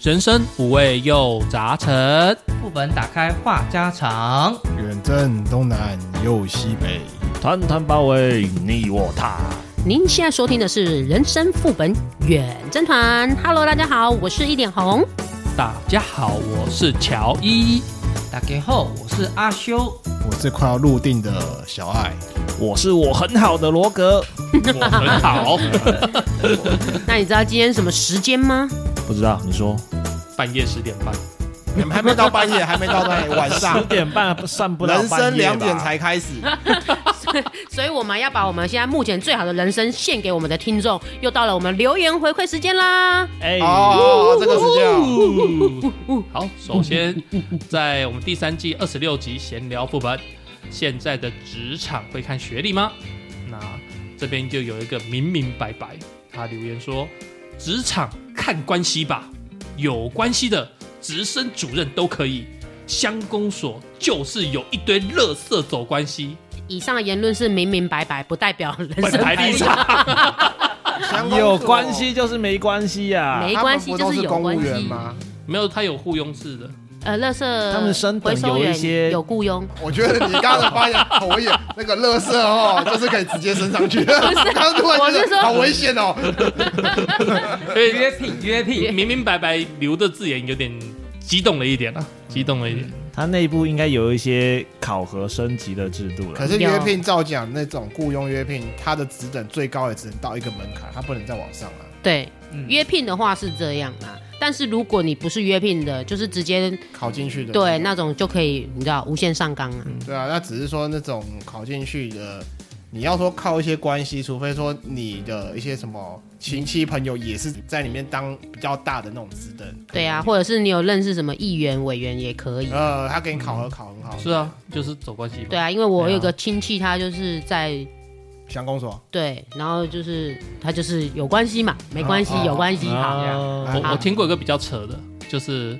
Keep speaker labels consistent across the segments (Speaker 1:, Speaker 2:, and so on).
Speaker 1: 人生五味又杂陈。
Speaker 2: 副本打开话家常，
Speaker 3: 远征东南又西北，
Speaker 4: 团团包围你我他。
Speaker 5: 您现在收听的是《人生副本远征团》。Hello，大家好，我是一点红。
Speaker 1: 大家好，我是乔伊。
Speaker 2: 打开后我是阿修，
Speaker 3: 我是快要入定的小爱。
Speaker 4: 我是我很好的罗格，
Speaker 1: 我很好，
Speaker 5: 那你知道今天什么时间吗？
Speaker 4: 不知道你说
Speaker 1: 半夜十点半，
Speaker 3: 你们还没到半夜，还没到半夜，晚上
Speaker 4: 十点半散 不到
Speaker 3: 人生
Speaker 4: 半夜吧
Speaker 3: 两点才开始。
Speaker 5: 所以我们要把我们现在目前最好的人生献给我们的听众。又到了我们留言回馈时间啦！
Speaker 4: 哎、
Speaker 3: 哦，这个时间哦
Speaker 1: 好，首先在我们第三季二十六集闲聊副本，现在的职场会看学历吗？那这边就有一个明明白白，他留言说：职场看关系吧，有关系的直升主任都可以。乡公所就是有一堆垃圾走关 系，
Speaker 5: 以上的言论是明明白白，不代表人
Speaker 1: 本
Speaker 5: 生
Speaker 1: 台立场。
Speaker 3: 相公
Speaker 4: 有
Speaker 3: 所
Speaker 4: 关系就是没关系呀、
Speaker 5: 没
Speaker 3: 他
Speaker 5: 关
Speaker 3: 们
Speaker 5: 系
Speaker 3: 不
Speaker 5: 就
Speaker 3: 都
Speaker 5: 是
Speaker 3: 是
Speaker 5: 有
Speaker 3: 公
Speaker 5: 关
Speaker 3: 务员
Speaker 5: 系
Speaker 3: 吗？
Speaker 1: 没有，他有雇佣制 的，
Speaker 5: 呃，垃圾
Speaker 4: 他们升等
Speaker 5: 回收
Speaker 4: 有一
Speaker 5: 员
Speaker 4: 些
Speaker 5: 有雇佣，
Speaker 3: 我觉得你刚刚的发言好危险，那个乐色哦，就是可以直接升上 去。刚刚突然
Speaker 5: 我
Speaker 3: 觉
Speaker 5: 是说
Speaker 3: 得好危险哦。
Speaker 1: 所以
Speaker 2: 约聘约聘，
Speaker 1: 明明白白留的字眼有点激动了一点啊，激动了一点。
Speaker 4: 它内部应该有一些考核升级的制度
Speaker 3: 可
Speaker 4: 了。
Speaker 3: 是约聘照讲，那种雇佣约聘，他的职等最高也只能到一个门槛，他不能再往上啊。
Speaker 5: 对，
Speaker 2: 嗯
Speaker 5: 约聘的话是这样啦。但是如果你不是约聘的，就是直接
Speaker 3: 考进去的
Speaker 5: 对那种就可以，你知道无限上纲啊。
Speaker 3: 对啊，那只是说那种考进去的，你要说靠一些关系，除非说你的一些什么亲戚朋友也是在里面当比较大的那种职等，
Speaker 5: 对
Speaker 1: 嗯
Speaker 5: 啊，或者是你有认识什么议员、委员也可以。
Speaker 3: 呃，他给你考核考很好，
Speaker 1: 是啊，就是走关系嘛。
Speaker 5: 对啊，因为我有个亲戚，他就是在
Speaker 3: 乡公所，
Speaker 5: 对，然后就是他就是有关系嘛，没关系
Speaker 1: 啊
Speaker 3: 哦，哦
Speaker 5: 有关系好。
Speaker 4: 啊
Speaker 1: 我我听过一个比较扯的，就是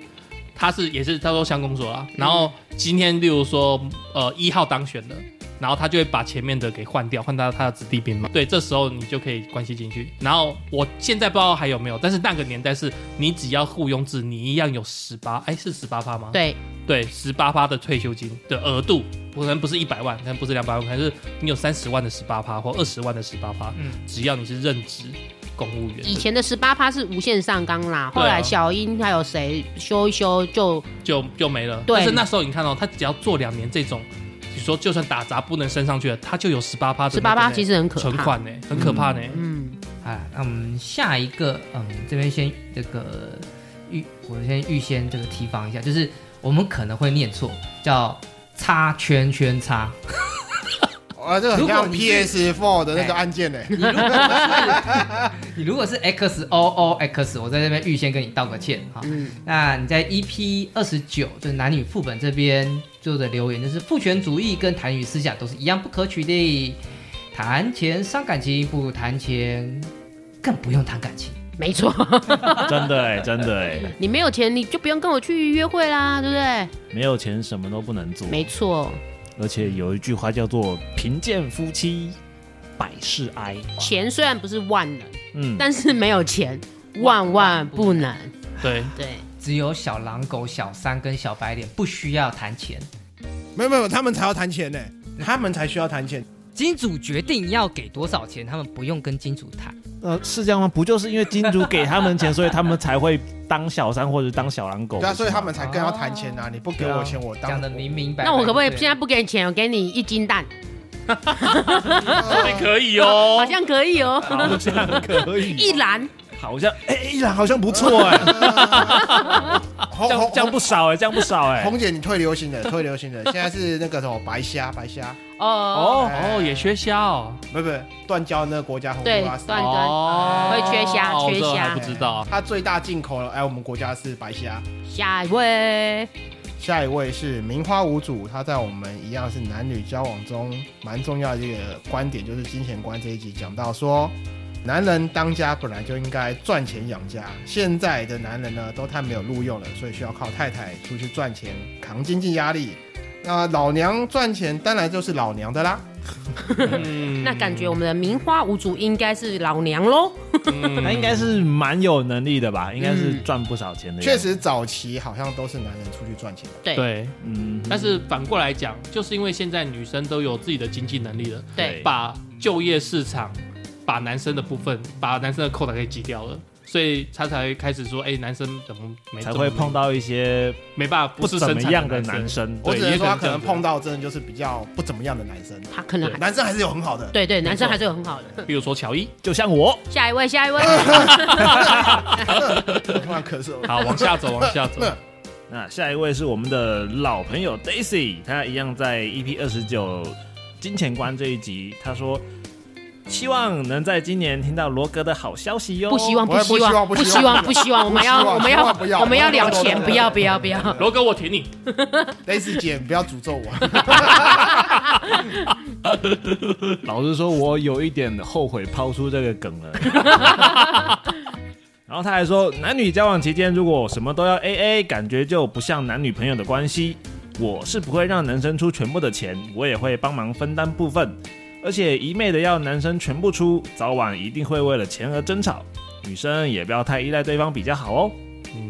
Speaker 1: 他是也是他说乡公所啊，然后
Speaker 5: 嗯
Speaker 1: 今天例如说呃一号当选的，然后他就会把前面的给换掉，换到他的子弟兵嘛。对，这时候你就可以关系进去。然后我现在不知道还有没有，但是那个年代是你只要雇佣制，你一样有十八，哎是十八趴吗？
Speaker 5: 对，
Speaker 1: 对，十八趴的退休金的额度，可能不是一百万，可能不是两百万，可能是你有三十万的十八趴或二十万的十八趴，
Speaker 2: 嗯
Speaker 1: 只要你是任职公务员，
Speaker 5: 以前的十八趴是无限上纲啦，
Speaker 1: 对啊
Speaker 5: 后来小英还有谁修一修就
Speaker 1: 就就没了。
Speaker 5: 对
Speaker 1: 但是那时候你看哦，他只要做两年这种，你说就算打杂不能升上去了，他就有十八趴的
Speaker 5: 十八趴，其
Speaker 1: 实
Speaker 5: 实很可
Speaker 1: 存
Speaker 5: 怕。
Speaker 1: 款呢，很可怕呢。
Speaker 5: 嗯，
Speaker 2: 啊，那我们下一个，嗯，这边先这个预，我先预先这个提防一下，就是我们可能会念错，叫叉圈圈叉。
Speaker 3: 啊，这个很
Speaker 2: 如
Speaker 3: 像
Speaker 2: 果你
Speaker 3: PS Four 的那个按键呢、
Speaker 2: 你如果是 你如果是 X O O X，我在这边预先跟你道个歉哈。那你在 EP 二十九，就是男女副本这边做的留言，就是父权主义跟谈语思想都是一样不可取的。谈钱伤感情，不如谈钱，更不用谈感情。
Speaker 5: 没错，
Speaker 4: 真的 哎、真的哎、
Speaker 5: 你没有钱你就不用跟我去约会啦，对不对？
Speaker 4: 没有钱什么都不能做。
Speaker 5: 没错，
Speaker 4: 而且有一句话叫做“贫贱夫妻百事哀
Speaker 5: 钱虽然不是万能，”。
Speaker 4: 嗯，
Speaker 5: 但是没有钱万万不能。
Speaker 1: 对，
Speaker 5: 对，
Speaker 2: 只有小狼狗、小三跟小白脸不需要谈钱。
Speaker 3: 没有没有，他们才要谈钱呢、他们才需要谈钱。
Speaker 2: 金主决定要给多少钱，他们不用跟金主谈。
Speaker 4: 呃，是这样吗？不就是因为金主给他们钱，所以他们才会当小三或者当小狼狗？
Speaker 3: 对啊，所以他们才更要谈钱啊！你不给我钱，我当
Speaker 2: 讲的明明白白。
Speaker 5: 那我可不可以
Speaker 2: 对
Speaker 5: 现在不给你钱，我给你一斤蛋？
Speaker 1: 这可以哦
Speaker 5: 好。像可以嗯哦，
Speaker 4: 好像可以，
Speaker 5: 一篮。
Speaker 4: 好像哎、一然好像不错哎、
Speaker 3: 红
Speaker 4: 这样
Speaker 3: 红
Speaker 4: 这样不少哎、这样不少哎、
Speaker 3: 哦红姐，你退流行的，退流行的， 现在是那个什么白虾，白虾，
Speaker 5: 哦，
Speaker 4: 哦，
Speaker 3: 哎
Speaker 1: 哦，也缺虾哦，
Speaker 3: 不是不是断交那个国家红啊
Speaker 5: 对
Speaker 3: 乌拉斯
Speaker 5: 断交
Speaker 1: 哦，
Speaker 5: 会缺虾
Speaker 1: 哦
Speaker 5: 缺
Speaker 1: 这
Speaker 5: 虾
Speaker 1: 还不知道啊。
Speaker 3: 它哎最大进口了，哎，我们国家是白虾。
Speaker 5: 下一位，
Speaker 3: 下一位是名花无主，他在我们一样是男女交往中蛮重要的一个观点，就是金钱观这一集讲到说，男人当家本来就应该赚钱养家，现在的男人呢都太没有录用了，所以需要靠太太出去赚钱扛经济压力。那老娘赚钱当然就是老娘的啦。
Speaker 1: 嗯
Speaker 5: 那感觉我们的名花无主应该是老娘喽。
Speaker 1: 嗯
Speaker 4: 他应该是蛮有能力的吧？应该是赚不少钱的。
Speaker 3: 确，实，早期好像都是男人出去赚钱的。
Speaker 5: 对
Speaker 1: 对，
Speaker 4: 嗯，
Speaker 1: 但是反过来讲，就是因为现在女生都有自己的经济能力了，
Speaker 5: 对
Speaker 1: 把就业市场，把男生的部分，把男生的扣打给挤掉了。所以他才会开始说，哎、男生怎么没
Speaker 4: 才会
Speaker 1: 怎么
Speaker 4: 碰到一些
Speaker 1: 没办法，
Speaker 4: 不
Speaker 1: 是
Speaker 4: 怎
Speaker 1: 生
Speaker 4: 么
Speaker 1: 产
Speaker 4: 样
Speaker 1: 的
Speaker 4: 的男
Speaker 1: 生。
Speaker 4: 生。
Speaker 3: 我
Speaker 1: 对
Speaker 3: 只能
Speaker 1: 也
Speaker 3: 说
Speaker 1: 可能
Speaker 3: 他
Speaker 1: 这
Speaker 3: 可能
Speaker 1: 样子啊
Speaker 3: 碰到真的就是比较不怎么样的男生，
Speaker 5: 他可能还
Speaker 3: 男生还是有很好的。
Speaker 5: 对对，男生还是有很好的。
Speaker 1: 比如说乔伊，
Speaker 4: 就像我，
Speaker 5: 下一位，下一位，啊
Speaker 3: 我突然咳嗽了。
Speaker 1: 好，往下走，往下走。
Speaker 4: 那下一位是我们的老朋友 Daisy，她一样在 EP 二十九金钱观这一集，她说希望能在今年听到罗格的好消息哟。
Speaker 5: 不希望，
Speaker 3: 我也不
Speaker 5: 希
Speaker 3: 希望
Speaker 5: 望，
Speaker 3: 不
Speaker 5: 不
Speaker 3: 希
Speaker 5: 希
Speaker 3: 望
Speaker 5: 望，不希望，我们
Speaker 3: 不希
Speaker 5: 要，
Speaker 3: 望
Speaker 5: 我们
Speaker 3: 千万不要嗯
Speaker 5: 要，我们要聊
Speaker 3: 不要
Speaker 5: 钱，
Speaker 3: 不
Speaker 5: 不
Speaker 3: 要
Speaker 5: 要，不要，不要。
Speaker 1: 罗哥，我挺你。
Speaker 3: Daisy 姐，你不要诅咒我。
Speaker 4: 老实说，我有一点后悔抛出这个梗 了。然后他还说，男女交往期间如果什么都要 A A，感觉就不像男女朋友的关系。我是不会让男生出全部的钱，我也会帮忙分担部分，而且一昧的要男生全部出，早晚一定会为了钱而争吵。女生也不要太依赖对方比较好哦。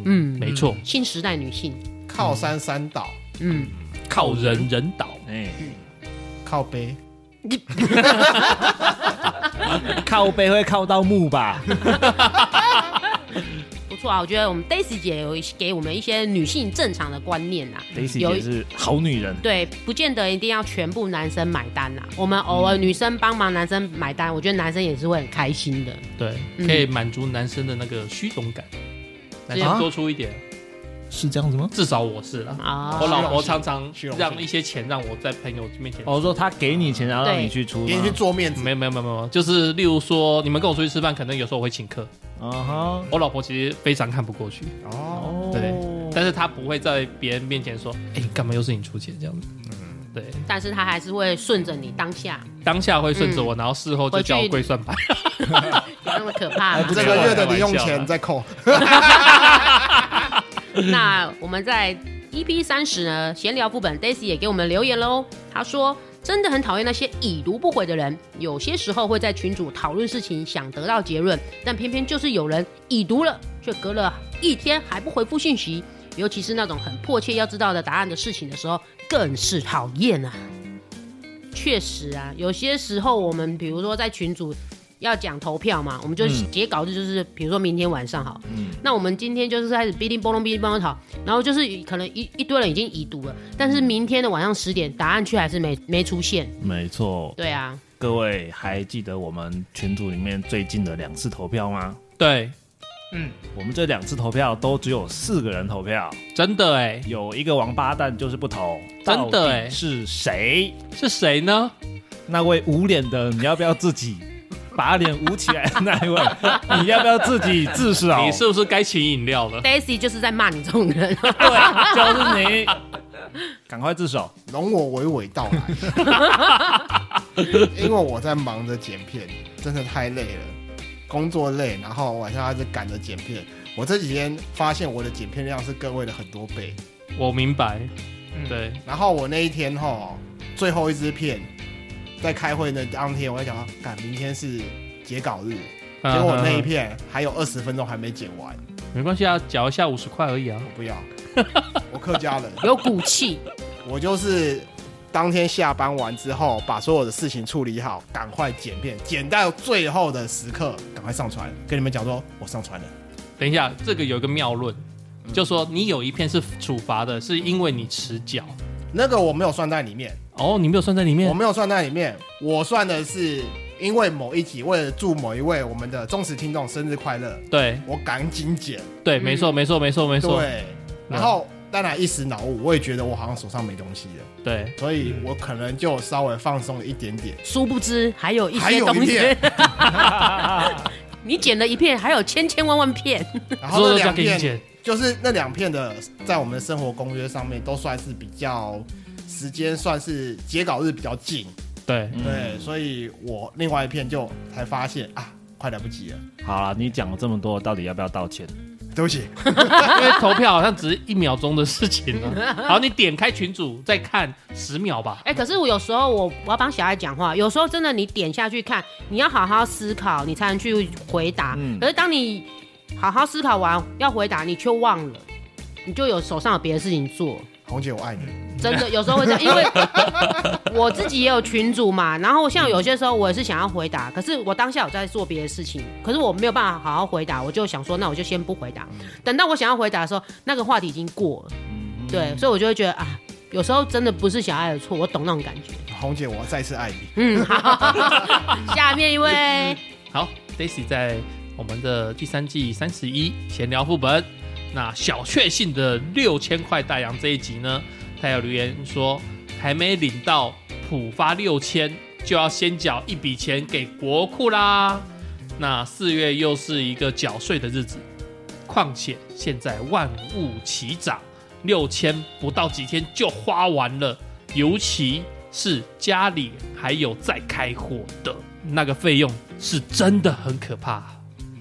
Speaker 5: 嗯
Speaker 1: 没错，
Speaker 5: 新时代女性，
Speaker 3: 靠山山倒，
Speaker 5: 嗯，
Speaker 1: 靠人人倒。
Speaker 4: 哎，
Speaker 3: 靠背。
Speaker 5: 嗯
Speaker 4: 靠背会靠到木吧？
Speaker 5: 不错啊。我觉得我们 Daisy 姐有一些给我们一些女性正常的观念啊，
Speaker 4: Daisy
Speaker 5: 有
Speaker 4: 姐是好女人，
Speaker 5: 对，不见得一定要全部男生买单啦。我们偶尔女生帮忙男生买单，我觉得男生也是会很开心的。
Speaker 1: 对，
Speaker 5: 嗯
Speaker 1: 可以满足男生的那个虚荣感，男
Speaker 3: 啊
Speaker 1: 生多出一点，
Speaker 4: 是这样子吗？
Speaker 1: 至少我是啦。
Speaker 5: 啊
Speaker 1: 我老婆常常
Speaker 3: 虚荣
Speaker 1: 让一些钱让我在朋友面前。
Speaker 4: 哦我说他给你钱，然后让
Speaker 5: 对
Speaker 4: 你去出吗，
Speaker 3: 给你去做面子
Speaker 1: 没，有没有没有没有，就是例如说，你们跟我出去吃饭，可能有时候我会请客，
Speaker 4: 啊哈，
Speaker 1: 我老婆其实非常看不过去，
Speaker 3: 哦，
Speaker 1: 对，但是她不会在别人面前说，哎，干嘛又是你出钱这样子？
Speaker 3: 嗯
Speaker 1: 对，
Speaker 5: 但是他还是会顺着你 当下，
Speaker 1: 当下会顺
Speaker 3: 嗯
Speaker 1: 着我，然后事后就
Speaker 5: 回去
Speaker 1: 叫我跪算盘。
Speaker 5: 那么可怕
Speaker 3: 哎
Speaker 5: 啦
Speaker 1: 是
Speaker 3: 这个月的零用
Speaker 1: 开玩笑
Speaker 3: 钱
Speaker 1: 的
Speaker 3: 再扣。
Speaker 5: 那我们在 EP 三十呢，闲聊副本 Daisy 也给我们留言喽。他说：“真的很讨厌那些已读不回的人，有些时候会在群组讨论事情，想得到结论，但偏偏就是有人已读了，却隔了一天还不回复信息。尤其是那种很迫切要知道的答案的事情的时候，更是讨厌啊。”确实啊，有些时候我们比如说在群组要讲投票嘛，我们就
Speaker 4: 嗯
Speaker 5: 截稿日，就是比如说明天晚上好，那我们今天就是开始哔哩嘣隆哔哩嘣隆吵，然后就是可能一一堆人已经已读了，但是明天的晚上十点答案却还是没没出现。
Speaker 4: 没错。
Speaker 5: 对啊，
Speaker 4: 各位还记得我们群组里面最近的两次投票吗？
Speaker 1: 对，
Speaker 4: 我们这两次投票都只有四个人投票，
Speaker 1: 真的哎，
Speaker 4: 有一个王八蛋就是不投，
Speaker 1: 真的欸
Speaker 4: 到底是谁？
Speaker 1: 是谁呢？
Speaker 4: 那位捂脸的，你要不要自己把脸捂起来的那 一位？你要不要自己自首？
Speaker 1: 你是不是该请饮料了？
Speaker 5: Daisy 就是在骂你这种人， 哎
Speaker 4: 对，就是你，赶快自首。
Speaker 3: 容我娓娓道来，因为我在忙着剪片，真的太累了，工作累，然后晚上还是赶着剪片。我这几天发现我的剪片量是各位的很多倍，
Speaker 1: 我明白，
Speaker 2: 嗯
Speaker 1: 对，
Speaker 3: 然后我那一天哈，最后一支片在开会的当天，我在想说，赶明天是截稿日，结果我那一
Speaker 1: 嗯
Speaker 3: 片还有二十分钟还没剪完，
Speaker 1: 嗯没关系啊，缴一下五十块而已啊
Speaker 3: 我。不 要，我客家人，
Speaker 5: 有骨气。
Speaker 3: 我就是当天下班完之后，把所有的事情处理好，赶快剪片，剪到最后的时刻，赶快上传，跟你们讲说我上传了。
Speaker 1: 等一下，这个有一个妙论，
Speaker 3: 嗯
Speaker 1: 就说你有一片是处罚的，是因为你迟缴。
Speaker 3: 那个我没有算在里面，
Speaker 1: 哦，你没有算在里
Speaker 3: 我
Speaker 1: 面。
Speaker 3: 没有算在里面，我算的是因为某一集为了祝某一位我们的忠实听众生日快乐，
Speaker 1: 对
Speaker 3: 我赶紧剪，
Speaker 1: 对，
Speaker 5: 嗯
Speaker 1: 没错，没错，没错，没错。嗯
Speaker 3: 对，然后。当然一时脑雾，我也觉得我好像手上没东西了，
Speaker 1: 对，
Speaker 3: 所以我可能就稍微放松了一点点。
Speaker 5: 殊不知还有一
Speaker 3: 还
Speaker 5: 些
Speaker 3: 有一
Speaker 5: 东西
Speaker 3: 片，
Speaker 5: 你剪了一片，还有千千万万片。
Speaker 3: 然
Speaker 1: 之
Speaker 3: 后那
Speaker 1: 后交
Speaker 3: 两
Speaker 1: 给你
Speaker 3: 片
Speaker 1: 剪。
Speaker 3: 就是那两片的，在我们的生活公约上面都算是比较时间算是截稿日比较近，
Speaker 1: 对，
Speaker 3: 对，所以我另外一片就才发现啊，快来不及了。
Speaker 4: 好了，你讲了这么多，到底要不要道歉？
Speaker 3: 对不起，
Speaker 1: 因为投票好像只是一秒钟的事情了。好，你点开群组再看十秒吧。
Speaker 5: 哎、可是我有时候我我要帮小孩讲话，有时候真的你点下去看，你要好好思考，你才能去回答。
Speaker 4: 嗯
Speaker 5: 可是当你好好思考完要回答，你却忘了，你就有手上有别的事情做。
Speaker 3: 红姐我爱你。
Speaker 5: 真的有时候会这样，因为 我自己也有群组嘛，然后像有些时候我也是想要回答，可是我当下有在做别的事情，可是我没有办法好好回答，我就想说那我就先不回答，
Speaker 1: 嗯
Speaker 5: 等到我想要回答的时候，那个话题已经过了，对，所以我就会觉得啊，有时候真的不是小爱的错，我懂那种感觉。
Speaker 3: 红姐，我要再次爱你。
Speaker 5: 嗯，好，下面一位，
Speaker 1: 好，Daisy 在我们的第三季三十一闲聊副本，那小确幸的六千块大洋这一集呢，他有留言说还没领到浦发六千，就要先缴一笔钱给国库啦。那四月又是一个缴税的日子，况且现在万物齐涨，六千不到几天就花完了，尤其是家里还有在开火的那个费用，是真的很可怕。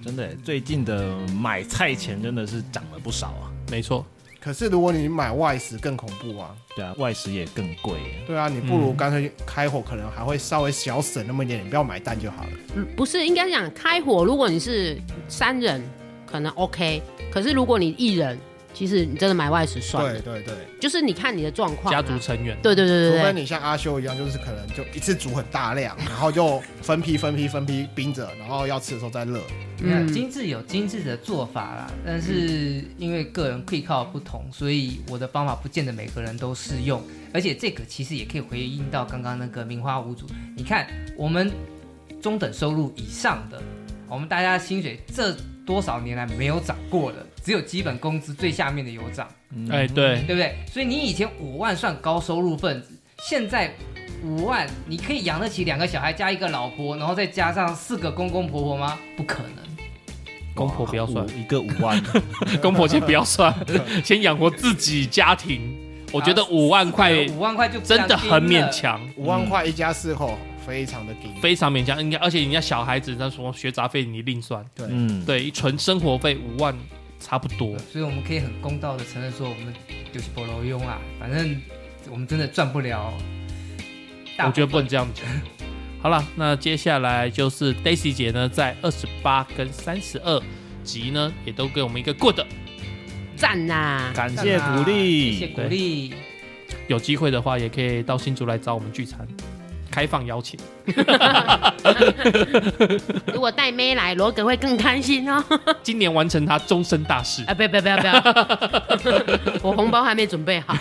Speaker 4: 真的耶，欸最近的买菜钱真的是涨了不少啊。
Speaker 1: 没错，
Speaker 3: 可是如果你买外食更恐怖啊！
Speaker 4: 对啊，外食也更贵耶。
Speaker 3: 对啊，你不如干脆开火，可能还会稍微小省那么一点，你不要买蛋就好了。
Speaker 5: 嗯不是应该讲开火，如果你是三人，可能 OK，可是如果你一人，其实你真的买外食算了
Speaker 3: 对，对对，
Speaker 5: 就是你看你的状况
Speaker 1: 家
Speaker 5: 啊、
Speaker 1: 族成员
Speaker 5: 对对对
Speaker 3: 除
Speaker 5: 对
Speaker 3: 非
Speaker 5: 对，
Speaker 3: 你像阿修一样，就是可能就一次煮很大量，然后就分批分批分批冰着，然后要吃的时候再热。
Speaker 2: 嗯，精致有精致的做法啦，但是因为个人癖好不同，所以我的方法不见得每个人都适用。而且这个其实也可以回应到刚刚那个名花无主，你看我们中等收入以上的，我们大家薪水这多少年来没有涨过的，只有基本工资最下面的有涨。
Speaker 4: 嗯
Speaker 1: 哎、对，
Speaker 2: 对不对？所以你以前五万算高收入分子，现在五万你可以养得起两个小孩加一个老婆，然后再加上四个公公婆婆吗？不可能。
Speaker 1: 公婆不要算
Speaker 4: 五，一个五 万，
Speaker 1: 公婆先不要算，先养活自己家庭。我觉
Speaker 2: 啊
Speaker 1: 得五万块
Speaker 2: 五万块就
Speaker 5: 啊
Speaker 2: 不
Speaker 1: 真的很勉
Speaker 2: 想
Speaker 1: 强，
Speaker 3: 五万块一家四口，非常的顶。
Speaker 1: 非常勉强。应该，而且人家小孩子那什么学杂费你另算，
Speaker 4: 嗯，
Speaker 1: 对，纯生活费五万差不多
Speaker 2: 拼了。。所以我们可以很公道的承认说，我们就是不劳用啊，反正我们真的赚不了大。
Speaker 1: 我觉得不能这样讲。好了，那接下来就是 Daisy 姐呢，在二十八跟三十二集呢，也都给我们一个 good。
Speaker 5: 赞 呐！
Speaker 4: 感
Speaker 2: 赞
Speaker 4: 谢
Speaker 2: 啊
Speaker 4: 鼓
Speaker 2: 谢谢
Speaker 4: 励，
Speaker 2: 鼓励。
Speaker 1: 有机会的话，也可以到新竹来找我们聚餐，开放邀请。
Speaker 5: 如果带妹来，罗格会更开心 哦。
Speaker 1: 今年完成他终身大事。
Speaker 5: 啊，不要不要不要不要，我红包还没准备好。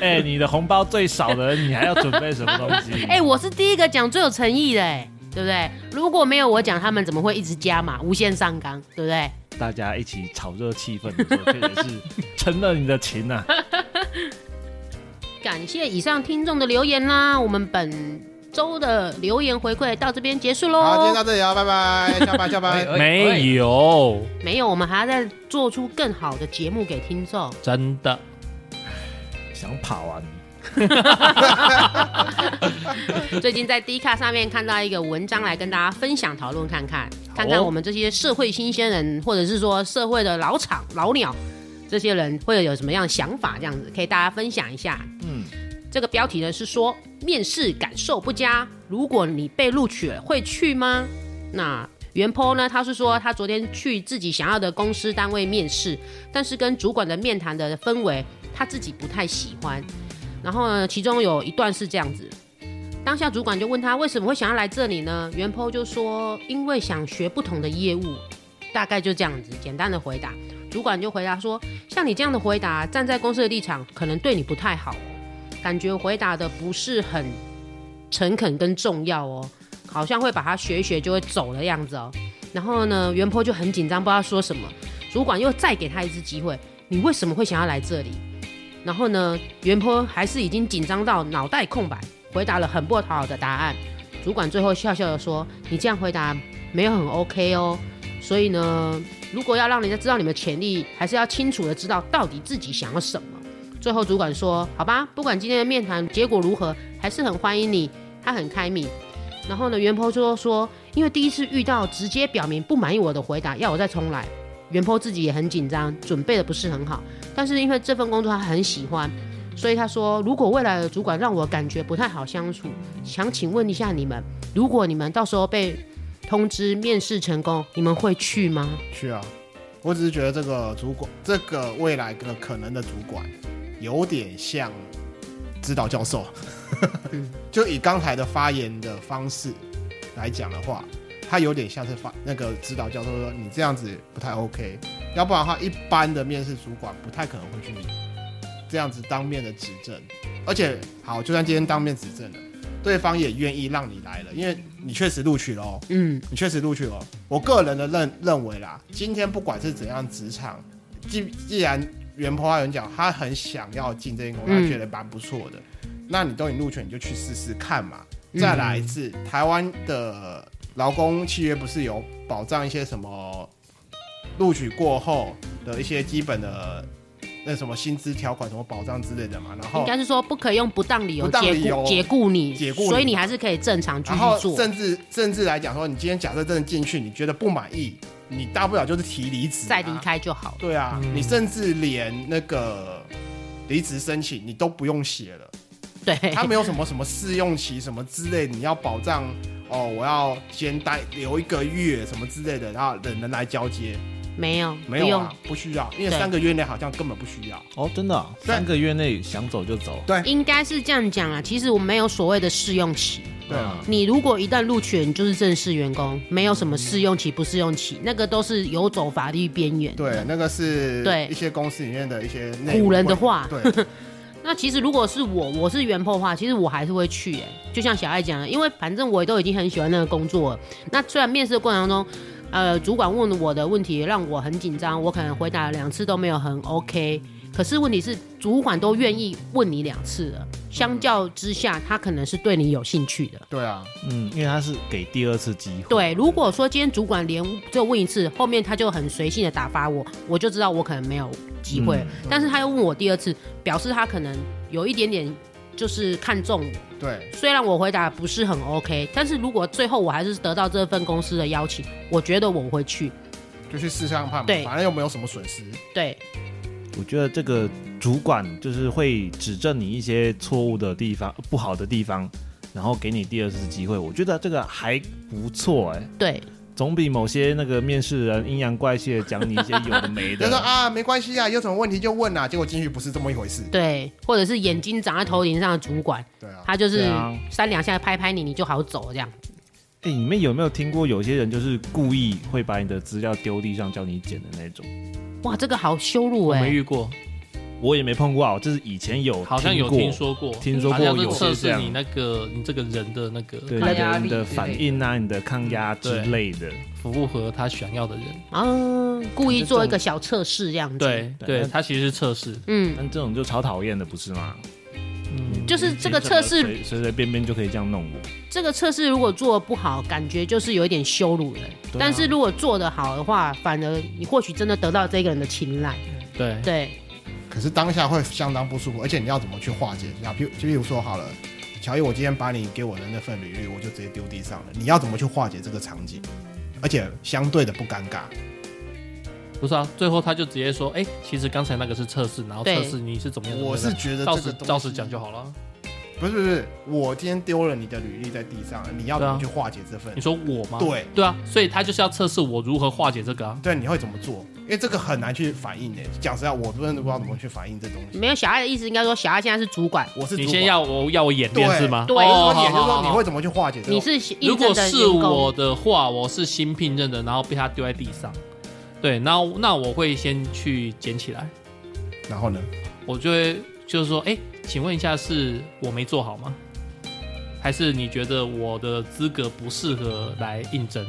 Speaker 4: 哎，你的红包最少的，你还要准备什么东西？
Speaker 5: 哎、我是第一个讲最有诚意的、哎，对不对？如果没有我讲，他们怎么会一直加码，无限上纲，对不对？
Speaker 4: 大家一起炒热气氛的时候，确实是成了你的情 呐、啊。
Speaker 5: 感谢以上听众的留言啦，我们本周的留言回馈到这边结束
Speaker 3: 好，今天
Speaker 5: 喽。
Speaker 3: 到这里啊，拜拜，下班
Speaker 2: 哎
Speaker 3: 下班。
Speaker 1: 没有，
Speaker 5: 没有，我们还要再做出更好的节目给听众。
Speaker 1: 真的。
Speaker 4: 想跑啊你！
Speaker 5: 最近在 D 卡上面看到一个文章，来跟大家分享讨论看看，
Speaker 1: 好哦
Speaker 5: 看看我们这些社会新鲜人，或者是说社会的老厂老鸟，这些人会有什么样的想法，这样子可以大家分享一下。
Speaker 4: 嗯，
Speaker 5: 这个标题呢是说面试感受不佳，如果你被录取了，会去吗？那袁坡呢，他是说他昨天去自己想要的公司单位面试，但是跟主管的面谈的氛围他自己不太喜欢。然后呢，其中有一段是这样子。当下主管就问他为什么会想要来这里呢？袁坡就说因为想学不同的业务，大概就这样子简单的回答。主管就回答说，像你这样的回答，站在公司的立场，可能对你不太好哦感觉回答的不是很诚恳跟重要哦，好像会把他学一学就会走的样子哦。然后呢，袁坡就很紧张，不知道说什么。主管又再给他一次机会，你为什么会想要来这里？然后呢，袁坡还是已经紧张到脑袋空白，回答了很不讨好的答案。主管最后笑笑的说：“你这样回答没有很 OK 哦，所以呢，如果要让人家知道你们的潜力，还是要清楚的知道到底自己想要什么。”最后主管说：“好吧，不管今天的面谈结果如何，还是很欢迎你。”他很开明。然后呢，袁坡就说：“因为第一次遇到直接表明不满意我的回答，要我再重来。”袁坡自己也很紧张，准备的不是很好，但是因为这份工作他很喜欢，所以他说，如果未来的主管让我感觉不太好相处，想请问一下你们，如果你们到时候被通知面试成功，你们会去吗？
Speaker 3: 去啊！我只是觉得这个主管，这个未来的可能的主管，有点像指导教授。就以刚才的发言的方式来讲的话，他有点像是发那个指导教授说你这样子不太 OK，要不然的话，一般的面试主管不太可能会去这样子当面的指正。而且，好，就算今天当面指正了，对方也愿意让你来了，因为你确实录取了哦。
Speaker 5: 嗯，
Speaker 3: 你确实录取了。我个人的认认为啦，今天不管是怎样职场，既既然袁坡花园讲他很想要进这间公司，
Speaker 5: 嗯
Speaker 3: 他觉得蛮不错的，那你都已经录取，你就去试试看嘛。
Speaker 5: 嗯
Speaker 3: 再来一次，台湾的劳工契约不是有保障一些什么录取过后的一些基本的那什么薪资条款、什么保障之类的嘛？然
Speaker 5: 应
Speaker 3: 后
Speaker 5: 该是说不可以用不当理由
Speaker 3: 不当
Speaker 5: 解
Speaker 3: 理由
Speaker 5: 雇解雇你，
Speaker 3: 解雇你
Speaker 5: 所以你还是可以正常继
Speaker 3: 然
Speaker 5: 续
Speaker 3: 后
Speaker 5: 做。
Speaker 3: 甚至甚至来讲说，你今天假设真的进去，你觉得不满意，你大不了就是提离职、啊
Speaker 5: 再离。开就好了。
Speaker 3: 对啊，
Speaker 1: 嗯
Speaker 3: 你甚至连那个离职申请你都不用写 了，
Speaker 5: 对，
Speaker 3: 它没有什么什么试用期什么之类，你要保障哦，我要先待留一个月什么之类的，然后等人来交接，
Speaker 5: 没有，
Speaker 3: 没
Speaker 5: 不
Speaker 3: 有
Speaker 5: 用
Speaker 3: 啊，不需要，因为
Speaker 5: 对
Speaker 3: 三个月内好像根本不需要。
Speaker 4: 哦，真的啊、
Speaker 3: 对
Speaker 4: 三个月内想走就走。
Speaker 5: 应该是这样讲啊，其实我们没有所谓的试用期。
Speaker 3: 对啊，
Speaker 5: 你如果一旦录取了，你就是正式员工，没有什么试用期、不试用期，那个都是游走法律边缘。
Speaker 3: 对，那个是
Speaker 5: 对
Speaker 3: 一些公司里面的一些内
Speaker 5: 古
Speaker 3: 部
Speaker 5: 人的
Speaker 3: 会
Speaker 5: 话
Speaker 3: 对，
Speaker 5: 那其实如果是我，我是原破的话，其实我还是会去耶。就像小爱讲的，因为反正我都已经很喜欢那个工作了。那虽然面试的过程当中，呃，主管问我的问题让我很紧张，我可能回答了两次都没有很 OK。可是问题是，主管都愿意问你两次了，相较之下，他可能是对你有兴趣的。
Speaker 3: 对 啊，
Speaker 4: 嗯，因为他是给第二次机会。
Speaker 5: 对，如果说今天主管连只有问一次，后面他就很随性的打发我，我就知道我可能没有机会。
Speaker 4: 嗯
Speaker 5: 但是他又问我第二次，表示他可能有一点点就是看中我。
Speaker 3: 对，
Speaker 5: 虽然我回答不是很 OK，但是如果最后我还是得到这份公司的邀请，我觉得我会去。
Speaker 3: 就去试上判嘛
Speaker 5: 对，
Speaker 3: 反正又没有什么损失。
Speaker 5: 对，
Speaker 4: 我觉得这个主管就是会指正你一些错误的地方、不好的地方，然后给你第二次机会。我觉得这个还不错哎、
Speaker 5: 对，
Speaker 4: 总比某些那个面试人阴阳怪气的讲你一些有的没
Speaker 3: 就
Speaker 4: 的
Speaker 3: 说。啊，没关系啊，有什么问题就问啊，结果进去不是这么一回事。
Speaker 5: 对，或者是眼睛长在头顶上的主管，
Speaker 3: 对啊，
Speaker 5: 他就是
Speaker 4: 对啊
Speaker 5: 三两下拍拍你，你就好走这样。
Speaker 4: 哎、你们有没有听过有些人就是故意会把你的资料丢地上叫你捡的那种？
Speaker 5: 哇，这个好羞辱
Speaker 1: 我
Speaker 5: 哎、
Speaker 1: 没遇过，
Speaker 4: 我也没碰过啊，我就是以前有
Speaker 1: 好像有
Speaker 4: 过
Speaker 1: 听说过，
Speaker 4: 听说
Speaker 1: 好
Speaker 4: 过
Speaker 1: 像是
Speaker 4: 有
Speaker 1: 测
Speaker 4: 些这
Speaker 1: 试
Speaker 4: 样
Speaker 1: 你那个你这个人的那个
Speaker 4: 对
Speaker 2: 抗
Speaker 4: 你
Speaker 2: 压
Speaker 4: 的
Speaker 2: 力
Speaker 4: 你的
Speaker 2: 之类
Speaker 4: 反
Speaker 2: 的
Speaker 4: 应啊，你的抗压之
Speaker 1: 对
Speaker 4: 类的。
Speaker 1: 服务和他想要的人。
Speaker 5: 啊，故意做一
Speaker 4: 这
Speaker 5: 个小测试这样子。，
Speaker 1: 对
Speaker 4: 对
Speaker 1: 对，他其实是测试，
Speaker 5: 嗯，
Speaker 4: 但这种就超讨厌的，不是吗？
Speaker 1: 嗯，
Speaker 5: 就是这个测试
Speaker 4: 随随随便便就可以这样弄我。
Speaker 5: 这个测试如果做的不好，感觉就是有一点羞辱人。
Speaker 1: 啊
Speaker 5: 但是如果做的好的话，反而你或许真的得到这个人的青睐。
Speaker 1: 对
Speaker 5: 对，
Speaker 3: 可是当下会相当不舒服，而且你要怎么去化解？啊，比如就比如说好了，乔伊，我今天把你给我的那份履历，我就直接丢地上了。你要怎么去化解这个场景？而且相对的不尴尬，
Speaker 1: 不是啊，最后他就直接说，哎，其实刚才那个是测试，然后
Speaker 5: 对
Speaker 1: 测试你是怎么样，
Speaker 3: 我
Speaker 1: 怎
Speaker 3: 是
Speaker 1: 么样
Speaker 3: 觉得
Speaker 1: 照
Speaker 3: 这个
Speaker 1: 实
Speaker 3: 东西
Speaker 1: 照实讲就好了。
Speaker 3: 不是不是，我今天丢了你的履历在地上，你要怎么去化解这份
Speaker 1: 啊你？说我吗？
Speaker 3: 对
Speaker 1: 对啊，所以他就是要测试我如何化解这个啊。
Speaker 3: 对，你会怎么做？因为这个很难去反应的。讲实在，我真的不知道怎么去反应这东西。
Speaker 5: 没有小爱的意思，应该说小爱现在是主管，
Speaker 3: 我是
Speaker 1: 你
Speaker 3: 主
Speaker 1: 先
Speaker 3: 管
Speaker 1: 要我要我演练
Speaker 3: 对
Speaker 1: 是吗？
Speaker 5: 对
Speaker 1: 哦
Speaker 3: 我也就是
Speaker 1: 好好
Speaker 3: 说
Speaker 1: 好
Speaker 3: 你会怎么去化解这
Speaker 5: 你
Speaker 3: 种？
Speaker 5: 是应
Speaker 1: 如果
Speaker 5: 征的
Speaker 1: 是
Speaker 5: 员工
Speaker 1: 我的话，我是新聘任的，然后被他丢在地上，对，那那我会先去捡起来，
Speaker 3: 然后呢？
Speaker 1: 我就会就是说，哎、请问一下，是我没做好吗？还是你觉得我的资格不适合来应征？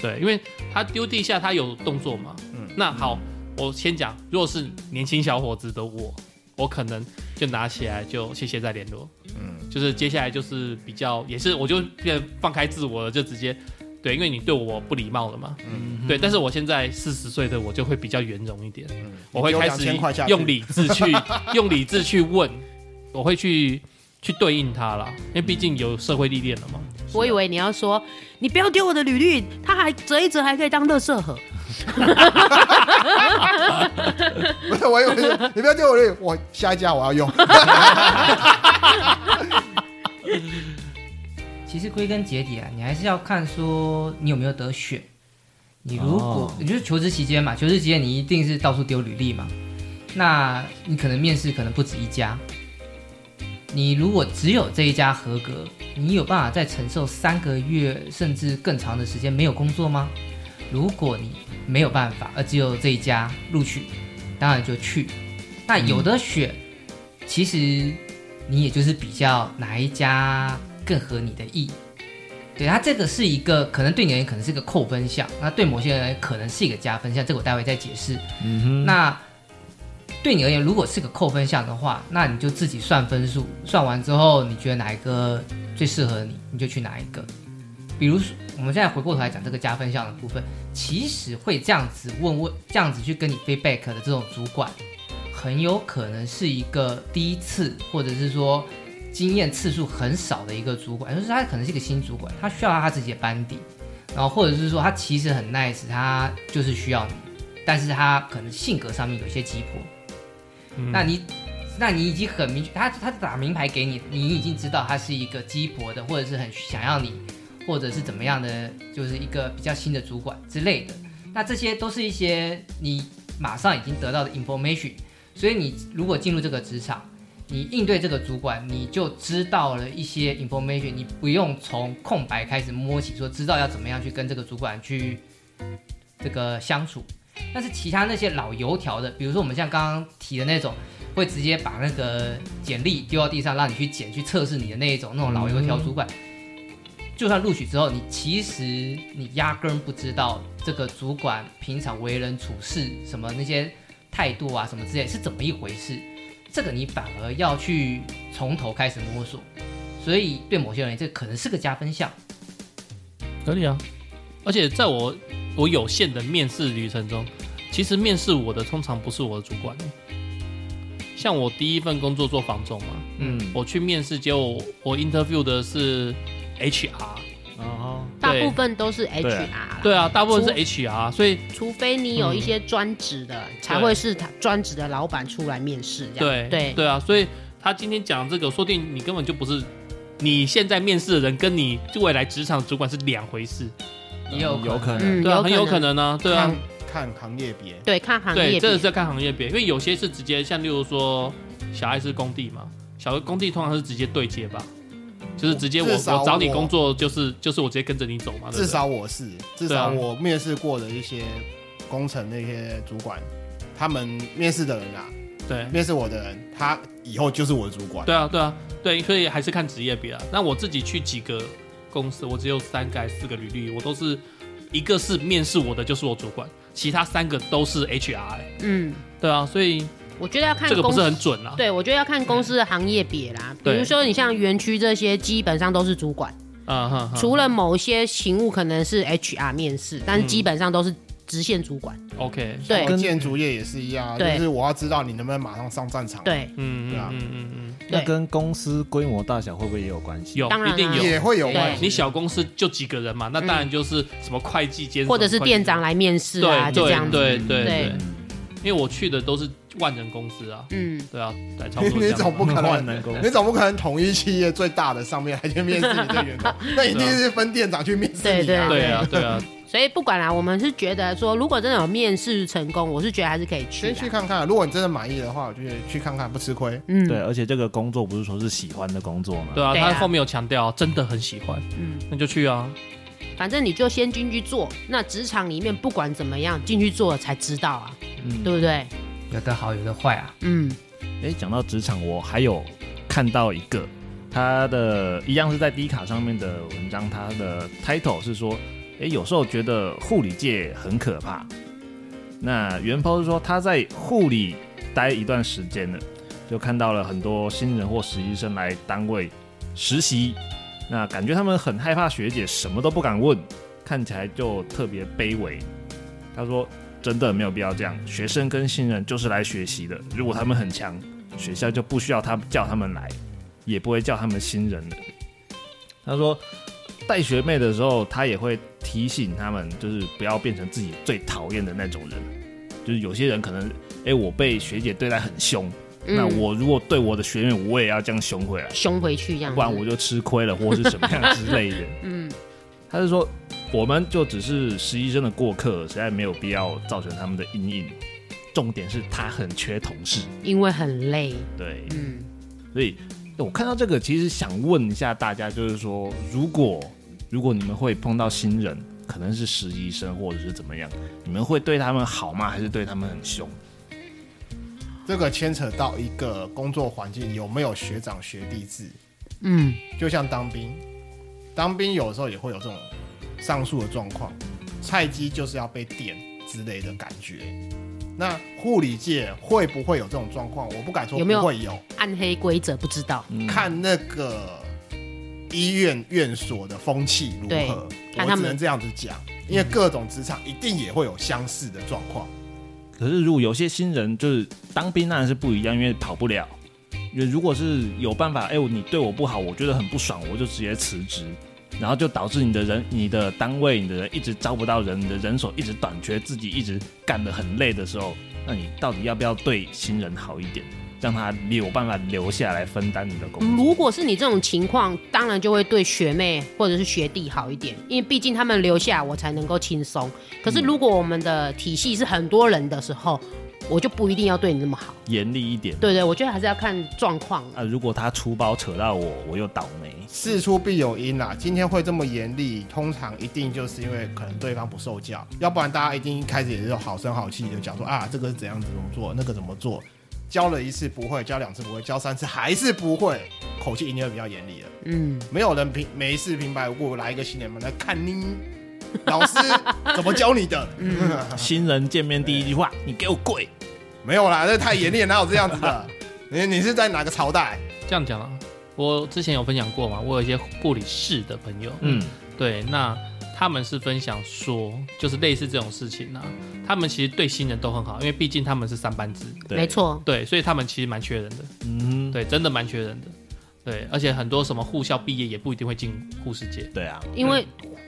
Speaker 1: 对，因为他丢地下，他有动作嘛。嗯
Speaker 3: 嗯，
Speaker 1: 那好，我先讲，如果是年轻小伙子的我，我可能就拿起来就谢谢再联络。
Speaker 3: 嗯，
Speaker 1: 就是接下来就是比较也是，我就变放开自我了，就直接对，因为你对我不礼貌了嘛。嗯，对。但是我现在四十岁的我就会比较圆融一点，我会开
Speaker 3: 你
Speaker 1: 始
Speaker 3: 丢2000块下去
Speaker 1: 用理智去用理智去问，我会去去对应他啦，因为毕竟有社会历练了嘛。
Speaker 5: 我以为你要说你不要丢我的履历，他还折一折还可以当垃圾盒。
Speaker 3: 不是，我以为是你不要丢我的，我下一家我要用。
Speaker 2: 其实归根结底啊，你还是要看说你有没有得选。你如果、
Speaker 4: 哦
Speaker 2: 你就是求职期间嘛，求职期间你一定是到处丢履历嘛，那你可能面试可能不止一家。你如果只有这一家合格，你有办法再承受三个月甚至更长的时间没有工作吗？如果你没有办法，而只有这一家录取，当然就去。那有的选，其实你也就是比较哪一家更合你的意。对，它这个是一个可能对你而言可能是一个扣分项，那对某些人而言可能是一个加分项，这个我待会再解释。
Speaker 4: 嗯哼，
Speaker 2: 那对你而言，如果是个扣分项的话，那你就自己算分数，算完之后你觉得哪一个最适合你，你就去哪一个。比如说，我们现在回过头来讲这个加分项的部分，其实会这样子问问，这样子去跟你 feedback 的这种主管，很有可能是一个第一次，或者是说经验次数很少的一个主管，就是他可能是一个新主管，他需要他自己的班底，然后或者是说他其实很 nice，他就是需要你。但是他可能性格上面有一些急迫。
Speaker 1: 嗯
Speaker 2: 那你，那你已经很明确，他他打名牌给你，你已经知道他是一个鸡婆的，或者是很想要你，或者是怎么样的，就是一个比较新的主管之类的。那这些都是一些你马上已经得到的 information，所以你如果进入这个职场，你应对这个主管，你就知道了一些 information，你不用从空白开始摸起，说知道要怎么样去跟这个主管去这个相处。但是其他那些老油条的，比如说我们像刚刚提的那种，会直接把那个简历丢到地上让你去捡去测试你的那一种那种老油条主管，就算录取之后，你其实你压根儿不知道这个主管平常为人处事什么那些态度啊什么之类是怎么一回事，这个你反而要去从头开始摸索。所以对某些人，这可能是个加分项。
Speaker 1: 合理啊。而且在我我有限的面试旅程中，其实面试我的通常不是我的主管欸、欸像我第一份工作做房仲嘛，
Speaker 4: 嗯，
Speaker 1: 我去面试，结果我我 interview 的是 HR，
Speaker 4: 然后
Speaker 5: 大
Speaker 1: 对
Speaker 5: 部分都是 HR
Speaker 4: 对
Speaker 5: 啦
Speaker 1: 对啊，大部分是 HR，所以
Speaker 5: 除非你有一些专职的，才会是他专职的老板出来面试这
Speaker 1: 对
Speaker 5: 样。对
Speaker 1: 对啊，所以他今天讲这个，说不定你根本就不是你现在面试的人，跟你未来职场主管是两回事，
Speaker 2: 也有
Speaker 4: 有可能，
Speaker 5: 嗯，
Speaker 1: 对啊，很有可
Speaker 5: 可能，
Speaker 1: 能啊，对啊，
Speaker 3: 看，看行业别。
Speaker 5: 对，看行
Speaker 1: 对，
Speaker 5: 业
Speaker 1: 这个
Speaker 5: 别
Speaker 1: 是要看行业别，因为有些是直接像例如说小爱是工地嘛，小爱工地通常是直接对接吧，就是直接我
Speaker 3: 至少
Speaker 1: 我找你
Speaker 3: 我
Speaker 1: 工作就是就是我直接跟着你走啊嘛，对不对
Speaker 3: 至少我是，至
Speaker 1: 对啊
Speaker 3: 少我面试过的一些工程那些主管，他们面试的人啊，
Speaker 1: 对。
Speaker 3: 面试我的人，他以后就是我的主管。
Speaker 1: 嗯对啊，对啊，对，所以还是看职业别啊。那我自己去几个公司，我只有三个、还是四个履历，我都是一个是面试我的，就是我主管，其他三个都是 HR、欸。
Speaker 5: 嗯，
Speaker 1: 对啊，所以
Speaker 5: 我觉得要看
Speaker 1: 这个不
Speaker 5: 公
Speaker 1: 是
Speaker 5: 司
Speaker 1: 很。准啊。
Speaker 5: 对，我觉得要看公司的行业别啦。比
Speaker 1: 对
Speaker 5: 如说，你像园区这些，基本上都是主管，
Speaker 1: 啊哈，
Speaker 5: 除了某一些勤务可能是 HR 面试，但是
Speaker 1: 嗯
Speaker 5: 基本上都是直线主管。
Speaker 1: OK，
Speaker 5: 对
Speaker 3: 我建筑业也是一样啊，就
Speaker 5: 对
Speaker 3: 是我要知道你能不能马上上战场。，
Speaker 5: 对
Speaker 1: 嗯
Speaker 3: 对啊
Speaker 1: 嗯嗯嗯嗯，
Speaker 4: 那
Speaker 5: 对，
Speaker 4: 跟公司规模大小会不会也有关系？
Speaker 1: 有
Speaker 5: 当然
Speaker 1: 一定
Speaker 5: 啊
Speaker 1: 有。
Speaker 3: 也会有
Speaker 5: 对
Speaker 3: 关系。
Speaker 1: 你小公司就几个人嘛，那当然就是什么会计兼
Speaker 5: 或者是店长
Speaker 1: 啦，
Speaker 5: 来面试啊，
Speaker 1: 对
Speaker 5: 就这样
Speaker 1: 对
Speaker 5: 子。
Speaker 1: 对对
Speaker 3: 嗯
Speaker 5: 对
Speaker 1: 对，
Speaker 4: 嗯
Speaker 1: 因为我去的都是万人公司啊。
Speaker 5: 嗯，
Speaker 1: 对啊，对，差不多这
Speaker 3: 你
Speaker 1: 样
Speaker 3: 总
Speaker 1: 吧。
Speaker 3: 不可
Speaker 4: 万
Speaker 3: 能，
Speaker 4: 能公司
Speaker 3: 你总不可能统一企业最大的上面还去面试你的员工，那一
Speaker 1: 啊
Speaker 3: 定是分店长去面试你啊。
Speaker 1: 对啊，对啊，
Speaker 5: 所以不管啦，我们是觉得说，如果真的有面试成功，我是觉得还是可以去
Speaker 3: 先去
Speaker 5: 的。
Speaker 3: 看看，如果你真的满意的话，我觉得去看看不吃亏。
Speaker 5: 嗯，
Speaker 4: 对，啊而且这个工作不是说是喜欢的工作嘛？
Speaker 1: 对啊，
Speaker 5: 对啊
Speaker 1: 他后面有强调，真的很喜欢，
Speaker 5: 嗯，
Speaker 1: 那就去啊。
Speaker 5: 反正你就先进去做。那职场里面不管怎么样，进去做了才知道啊，
Speaker 4: 嗯
Speaker 5: 对不对？
Speaker 2: 有的好，有的坏啊。
Speaker 5: 嗯，
Speaker 4: 诶，讲到职场，我还有看到一个，他的一样是在 D 卡上面的文章，他的 title 是说，诶，有时候觉得护理界很可怕。那原 po 是说他在护理待一段时间了，就看到了很多新人或实习生来单位实习，那感觉他们很害怕学姐，什么都不敢问，看起来就特别卑微。他说真的没有必要这样。学生跟新人就是来学习的，如果他们很强，学校就不需要他叫他们来，也不会叫他们新人了。他说，带学妹的时候，他也会提醒他们，就是不要变成自己最讨厌的那种人。就是有些人可能，哎、我被学姐对待很凶，
Speaker 5: 嗯
Speaker 4: 那我如果对我的学妹，我也要这样凶回来，
Speaker 5: 凶回去这样子，
Speaker 4: 不然我就吃亏了，或是什么样之类的。
Speaker 5: 嗯
Speaker 4: 他是说，我们就只是实习生的过客，实在没有必要造成他们的阴影。重点是他很缺同事，
Speaker 5: 因为很累，
Speaker 4: 对，
Speaker 5: 嗯
Speaker 4: 所以我看到这个，其实想问一下大家，就是说，如果如果你们会碰到新人，可能是实习生或者是怎么样，你们会对他们好吗？还是对他们很凶？
Speaker 3: 这个牵扯到一个工作环境有没有学长学弟制，
Speaker 5: 嗯，
Speaker 3: 就像当兵，当兵有时候也会有这种上述的状况，菜鸡就是要被电之类的感觉。那护理界会不会有这种状况？我不敢说
Speaker 5: 有没有
Speaker 3: 不会有，
Speaker 5: 暗黑规则不知道，
Speaker 1: 嗯
Speaker 3: 看那个医院院所的风气如
Speaker 5: 对
Speaker 3: 何，
Speaker 5: 看
Speaker 3: 我
Speaker 5: 他
Speaker 3: 只
Speaker 5: 们
Speaker 3: 能这样子讲，因为各种职场一定也会有相似的状况。
Speaker 4: 可是如果有些新人就是当兵，啊当然是不一样，因为跑不了。因为如果是有办法，哎、呦，你对我不好，我觉得很不爽，我就直接辞职，然后就导致你的人、你的单位、你的人一直招不到人，你的人手一直短缺，自己一直干得很累的时候，那你到底要不要对新人好一点，让他有办法留下来分担你的工作？
Speaker 5: 如果是你这种情况，当然就会对学妹或者是学弟好一点，因为毕竟他们留下我才能够轻松。可是如果我们的体系是很多人的时候，我就不一定要对你那么好。
Speaker 4: 严厉一点
Speaker 5: 对对，我觉得还是要看状况啊。
Speaker 4: 啊！如果他出包扯到我，我又倒霉。
Speaker 3: 事出必有因啦，今天会这么严厉，通常一定就是因为可能对方不受教，要不然大家一定一开始也是好声好气就讲说啊，这个是怎样怎么做，那个怎么做，教了一次不会，教两次不会，教三次还是不会，口气一定会比较严厉了。
Speaker 5: 嗯，
Speaker 3: 没有人平没事平白无故来一个新人嘛，来看你老师怎么教你的，
Speaker 2: 嗯
Speaker 4: 新人见面第一句话，你给我跪！
Speaker 3: 没有啦，这太严厉了，哪有这样子的？你你是在哪个朝代？
Speaker 1: 这样讲啊，我之前有分享过嘛，我有一些护理室的朋友，
Speaker 4: 嗯，
Speaker 1: 对，那他们是分享说，就是类似这种事情啊，他们其实对新人都很好，因为毕竟他们是三班制，
Speaker 4: 对
Speaker 5: 没，错，
Speaker 1: 对，所以他们其实蛮缺人的，
Speaker 4: 嗯，
Speaker 1: 对，真的蛮缺人的，对，而且很多什么护校毕业也不一定会进护士界，
Speaker 4: 对啊，
Speaker 5: 因为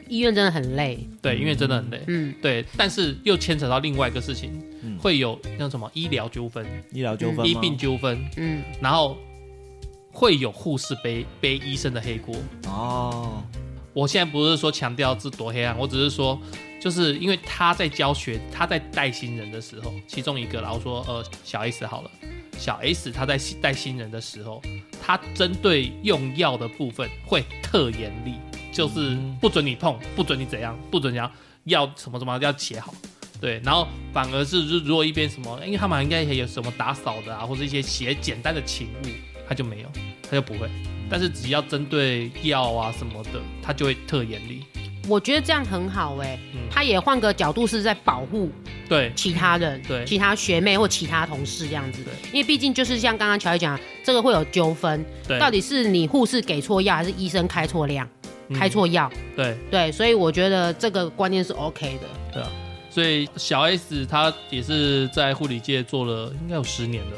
Speaker 5: 医院真的很累。
Speaker 1: 对，因为真的很累，
Speaker 5: 嗯，
Speaker 1: 对，但是又牵扯到另外一个事情，
Speaker 4: 嗯
Speaker 1: 会有那种什么医疗纠纷、
Speaker 4: 医疗纠纷吗，
Speaker 1: 医病纠纷，
Speaker 5: 嗯，
Speaker 1: 然后会有护士背背医生的黑锅，
Speaker 4: 哦，
Speaker 1: 我现在不是说强调这多黑暗，啊我只是说，就是因为他在教学，他在带新人的时候，其中一个，然后说，呃，小 S 好了，小 S 他在新带新人的时候，他针对用药的部分会特严厉，就是不准你碰，不准你怎样，不准你要要什么什么要写好。对，然后反而是如如果一边什么，因为他们应该也有什么打扫的啊，或者一些写简单的勤务，他就没有，他就不会。但是只要针对药啊什么的，他就会特严厉。
Speaker 5: 嗯我觉得这样很好哎、
Speaker 1: 嗯
Speaker 5: 他也换个角度是在保护
Speaker 1: 对
Speaker 5: 其他人，
Speaker 1: 对
Speaker 5: 其他学妹或其他同事这样子
Speaker 1: 对。
Speaker 5: 因为毕竟就是像刚刚乔伊讲的，这个会有纠纷，
Speaker 1: 对，
Speaker 5: 到底是你护士给错药，还是医生开错量、
Speaker 1: 嗯
Speaker 5: 开错药？
Speaker 1: 对
Speaker 5: 对，所以我觉得这个观念是 OK 的。
Speaker 1: 对啊。所以小 S 她也是在护理界做了应该有十年了。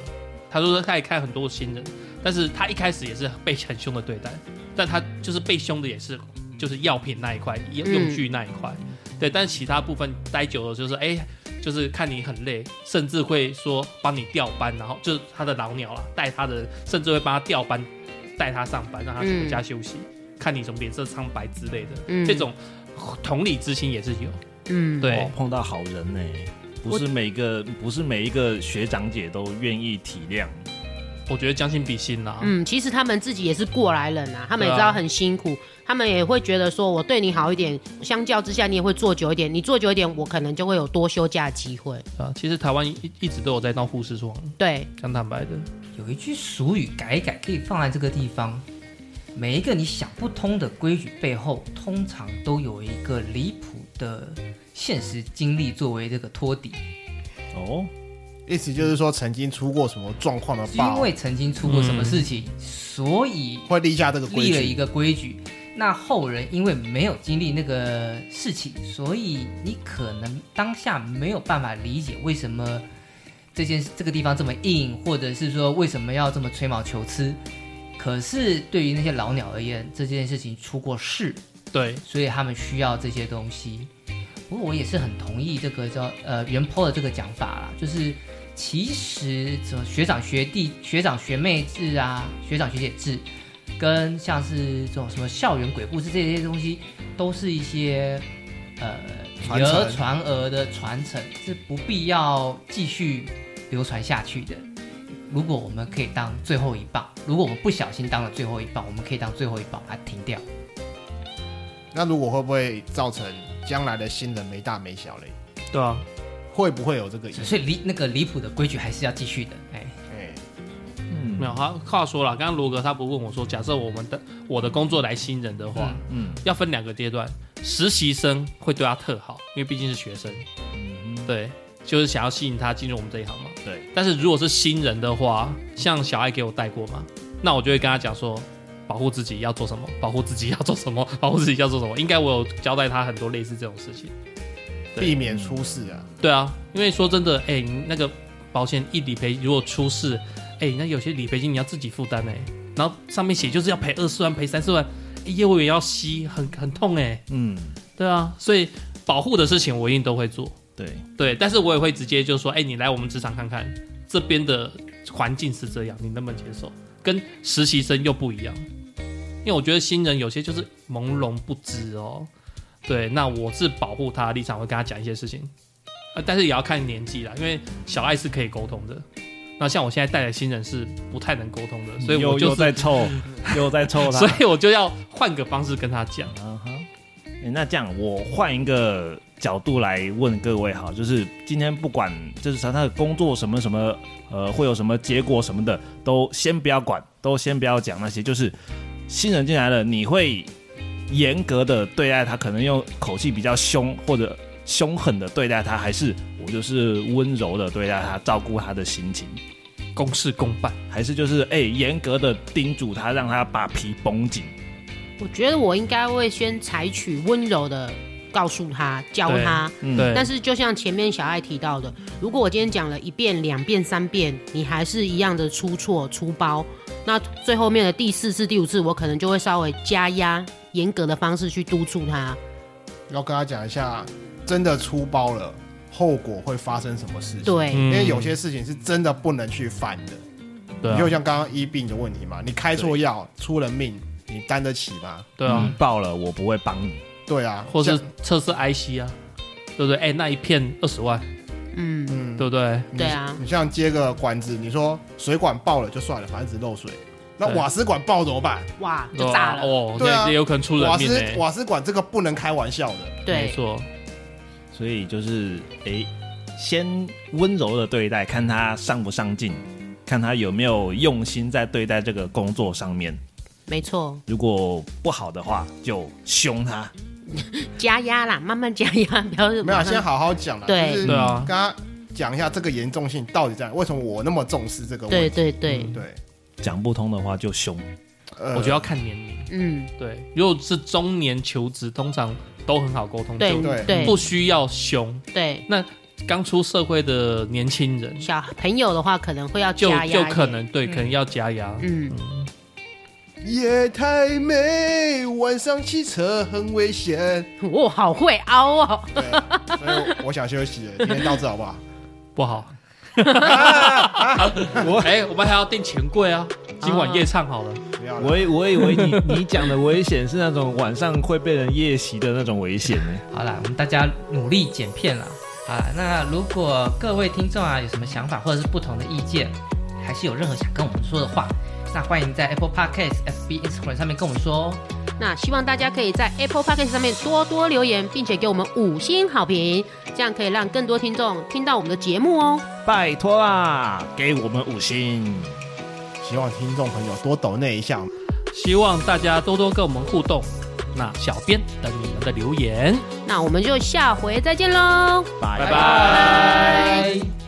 Speaker 1: 她说她也看很多新人，但是她一开始也是被很凶的对待，但她就是被凶的也是就是药品那一块、用
Speaker 5: 嗯
Speaker 1: 用具那一块。对，但是其他部分待久了就是哎。就是看你很累，甚至会说帮你调班，然后就是他的老鸟啦，带他的，甚至会帮他调班，带他上班，让他回家休息，看你什么脸色苍白之类的，
Speaker 5: 嗯
Speaker 1: 这种同理之心也是有。
Speaker 5: 嗯，
Speaker 1: 对
Speaker 4: 哦，碰到好人呢、不是每个不是每一个学长姐都愿意体谅。
Speaker 1: 我觉得将心比心啦、
Speaker 5: 嗯，其实他们自己也是过来人啊，他们也
Speaker 1: 对啊
Speaker 5: 知道很辛苦，他们也会觉得说，我对你好一点，相较之下你也会做久一点，你做久一点，我可能就会有多休假的机会。
Speaker 1: 对啊，其实台湾一一直都有在闹护士床，
Speaker 5: 对，
Speaker 1: 讲坦白的，
Speaker 2: 有一句俗语改一改，可以放在这个地方。每一个你想不通的规矩背后，通常都有一个离谱的现实经历作为这个托底，
Speaker 4: 哦，
Speaker 3: 意思就是说曾经出过什么状况的
Speaker 2: 是因
Speaker 3: 报，
Speaker 2: 为曾经出过什么事情，所以
Speaker 3: 会立下这个规
Speaker 2: 立了一
Speaker 3: 矩。
Speaker 2: 个规矩。那后人因为没有经历那个事情，所以你可能当下没有办法理解为什么这件这个地方这么硬，或者是说为什么要这么吹毛求疵。可是对于那些老鸟而言，这件事情出过事，
Speaker 1: 对，
Speaker 2: 所以他们需要这些东西。不过我也是很同意这个叫呃袁坡的这个讲法啦，就是其实怎么学长学弟、学长学妹制啊、学长学姐制，跟像是这种什么校园鬼故事这些东西，都是一些呃
Speaker 3: 传
Speaker 2: 以讹
Speaker 3: 承
Speaker 2: 传讹的传承，是不必要继续流传下去的。如果我们可以当最后一棒，如果我们不小心当了最后一棒，我们可以当最后一棒把啊它停掉。
Speaker 3: 那如果会不会造成将来的新人没大没小嘞？
Speaker 1: 对啊，
Speaker 3: 会不会有这个影响？
Speaker 2: 所以离那个离谱的规矩还是要继续的。哎，
Speaker 3: 哎，
Speaker 4: 嗯
Speaker 1: 没有，他话说了，刚刚罗格他不问我说，假设我们的我的工作来新人的话，
Speaker 4: 嗯
Speaker 1: 要分两个阶段，实习生会对他特好，因为毕竟是学生，
Speaker 4: 嗯
Speaker 1: 对，就是想要吸引他进入我们这一行嘛。
Speaker 4: 对，
Speaker 1: 但是如果是新人的话，像小爱给我带过嘛，那我就会跟他讲说，保护自己要做什么，保护自己要做什么，保护自己要做什么。应该我有交代他很多类似这种事情。对
Speaker 3: 避免出事啊！
Speaker 1: 对啊，因为说真的，哎、你那个保险一理赔如果出事，哎、那有些理赔金你要自己负担哎，然后上面写就是要赔二十万赔三十万，哎业务员要吸，很很痛哎、
Speaker 4: 嗯，
Speaker 1: 对啊，所以保护的事情我一定都会做。
Speaker 4: 对，
Speaker 1: 对，但是我也会直接就说，哎、你来我们职场看看，这边的环境是这样，你能不能接受？跟实习生又不一样，因为我觉得新人有些就是朦胧不知哦。对，那我是保护他的立场，会跟他讲一些事情，呃，但是也要看年纪啦，因为小爱是可以沟通的，那像我现在带的新人是不太能沟通的，所以我
Speaker 4: 又
Speaker 1: 就
Speaker 4: 又
Speaker 1: 是，
Speaker 4: 嗯在 凑，又在凑他
Speaker 1: 所。以我就要换个方式跟他讲。
Speaker 4: 啊哈，诶那这样我换一个角度来问各位哈，就是今天不管就是他的工作什么什么，呃，会有什么结果什么的，都先不要管，都先不要讲那些，就是新人进来了，你会严格的对待他，可能用口气比较凶或者。凶狠的对待他，还是我就是温柔的对待他，照顾他的心情，
Speaker 1: 公事公办，
Speaker 4: 还是就是哎严、格的叮嘱他，让他把皮绷紧。
Speaker 5: 我觉得我应该会先采取温柔的告诉他、教
Speaker 1: 对
Speaker 5: 他，
Speaker 4: 嗯，
Speaker 1: 对
Speaker 5: 但是就像前面小爱提到的，如果我今天讲了一遍、两遍、三遍，你还是一样的出错、出包，那最后面的第四次、第五次，我可能就会稍微加压、严格的方式去督促他。
Speaker 3: 要跟他讲一下，真的出包了，后果会发生什么事情？，
Speaker 5: 对，
Speaker 1: 因
Speaker 3: 哎因为有些事情是真的不能去犯的。
Speaker 1: 对啊
Speaker 3: 你就像刚刚医病的问题嘛，你开错药出人命，你担得起吗？
Speaker 1: 对啊，
Speaker 4: 你嗯爆了，我不会帮你。
Speaker 3: 对啊，
Speaker 1: 或是
Speaker 3: 像
Speaker 1: 测试 IC 啊，对不对？哎、那一片二十万，
Speaker 5: 嗯，
Speaker 3: 嗯，
Speaker 1: 对不对？
Speaker 3: 你
Speaker 5: 对啊
Speaker 3: 你像接个管子，你说水管爆了就算了，反正只漏水。那
Speaker 1: 对
Speaker 3: 瓦斯管爆怎么办？
Speaker 5: 哇，就炸了，
Speaker 1: 哦，
Speaker 3: 对啊
Speaker 1: 那也有可能出人
Speaker 3: 瓦
Speaker 1: 命
Speaker 3: 斯
Speaker 1: 哎、
Speaker 3: 瓦斯管这个不能开玩笑的，
Speaker 1: 没
Speaker 5: 对，
Speaker 1: 错，
Speaker 4: 所以就是诶，先温柔的对待，看他上不上进，看他有没有用心在对待这个工作上面。
Speaker 5: 没错，
Speaker 4: 如果不好的话，就凶他。
Speaker 5: 加压啦，慢慢加压，不要
Speaker 3: 没有啊
Speaker 5: 马上
Speaker 3: 先好好讲啦。
Speaker 5: 对
Speaker 3: 就是
Speaker 1: 对啊
Speaker 3: 跟，他讲一下这个严重性到底在哪，为什么我那么重视这个
Speaker 5: 对
Speaker 3: 问题？
Speaker 5: 对对，
Speaker 3: 嗯对，
Speaker 4: 讲不通的话就凶。
Speaker 3: 呃
Speaker 1: 我觉得要看年龄。
Speaker 5: 嗯，
Speaker 1: 对，如果是中年求职，通常都很好沟通，
Speaker 5: 对
Speaker 1: 就
Speaker 3: 对
Speaker 5: 对
Speaker 1: 不嗯需要凶。
Speaker 5: 对，
Speaker 1: 刚出社会的年轻人，
Speaker 5: 小朋友的话可能会要
Speaker 1: 就
Speaker 5: 加压，
Speaker 1: 就可，能对，
Speaker 2: 嗯
Speaker 1: 可能要加压。
Speaker 5: 嗯，
Speaker 3: 夜太美，晚上骑车很危险。
Speaker 5: 我好会凹哦，
Speaker 3: 对，所以我我想休息了，今天到这好不好？
Speaker 1: 不好。 我哎、我们还要订钱柜啊，今晚夜唱好了。
Speaker 3: 不要了
Speaker 4: 我以我以为你你讲的危险是那种晚上会被人夜袭的那种危险呢。
Speaker 2: 好啦，我们大家努力剪片啦。好啦，那如果各位听众啊有什么想法或者是不同的意见，还是有任何想跟我们说的话，那欢迎在 Apple Podcast、FB、Instagram 上面跟我们说哦。
Speaker 5: 那希望大家可以在 Apple Podcast 上面多多留言，并且给我们五星好评，这样可以让更多听众听到我们的节目哦。
Speaker 4: 拜托啦，给我们五星。
Speaker 3: 希望听众朋友多抖那一下。
Speaker 1: 希望大家多多跟我们互动。那小编等你们的留言，
Speaker 5: 那我们就下回再见喽。
Speaker 4: 拜
Speaker 1: 拜
Speaker 5: 拜。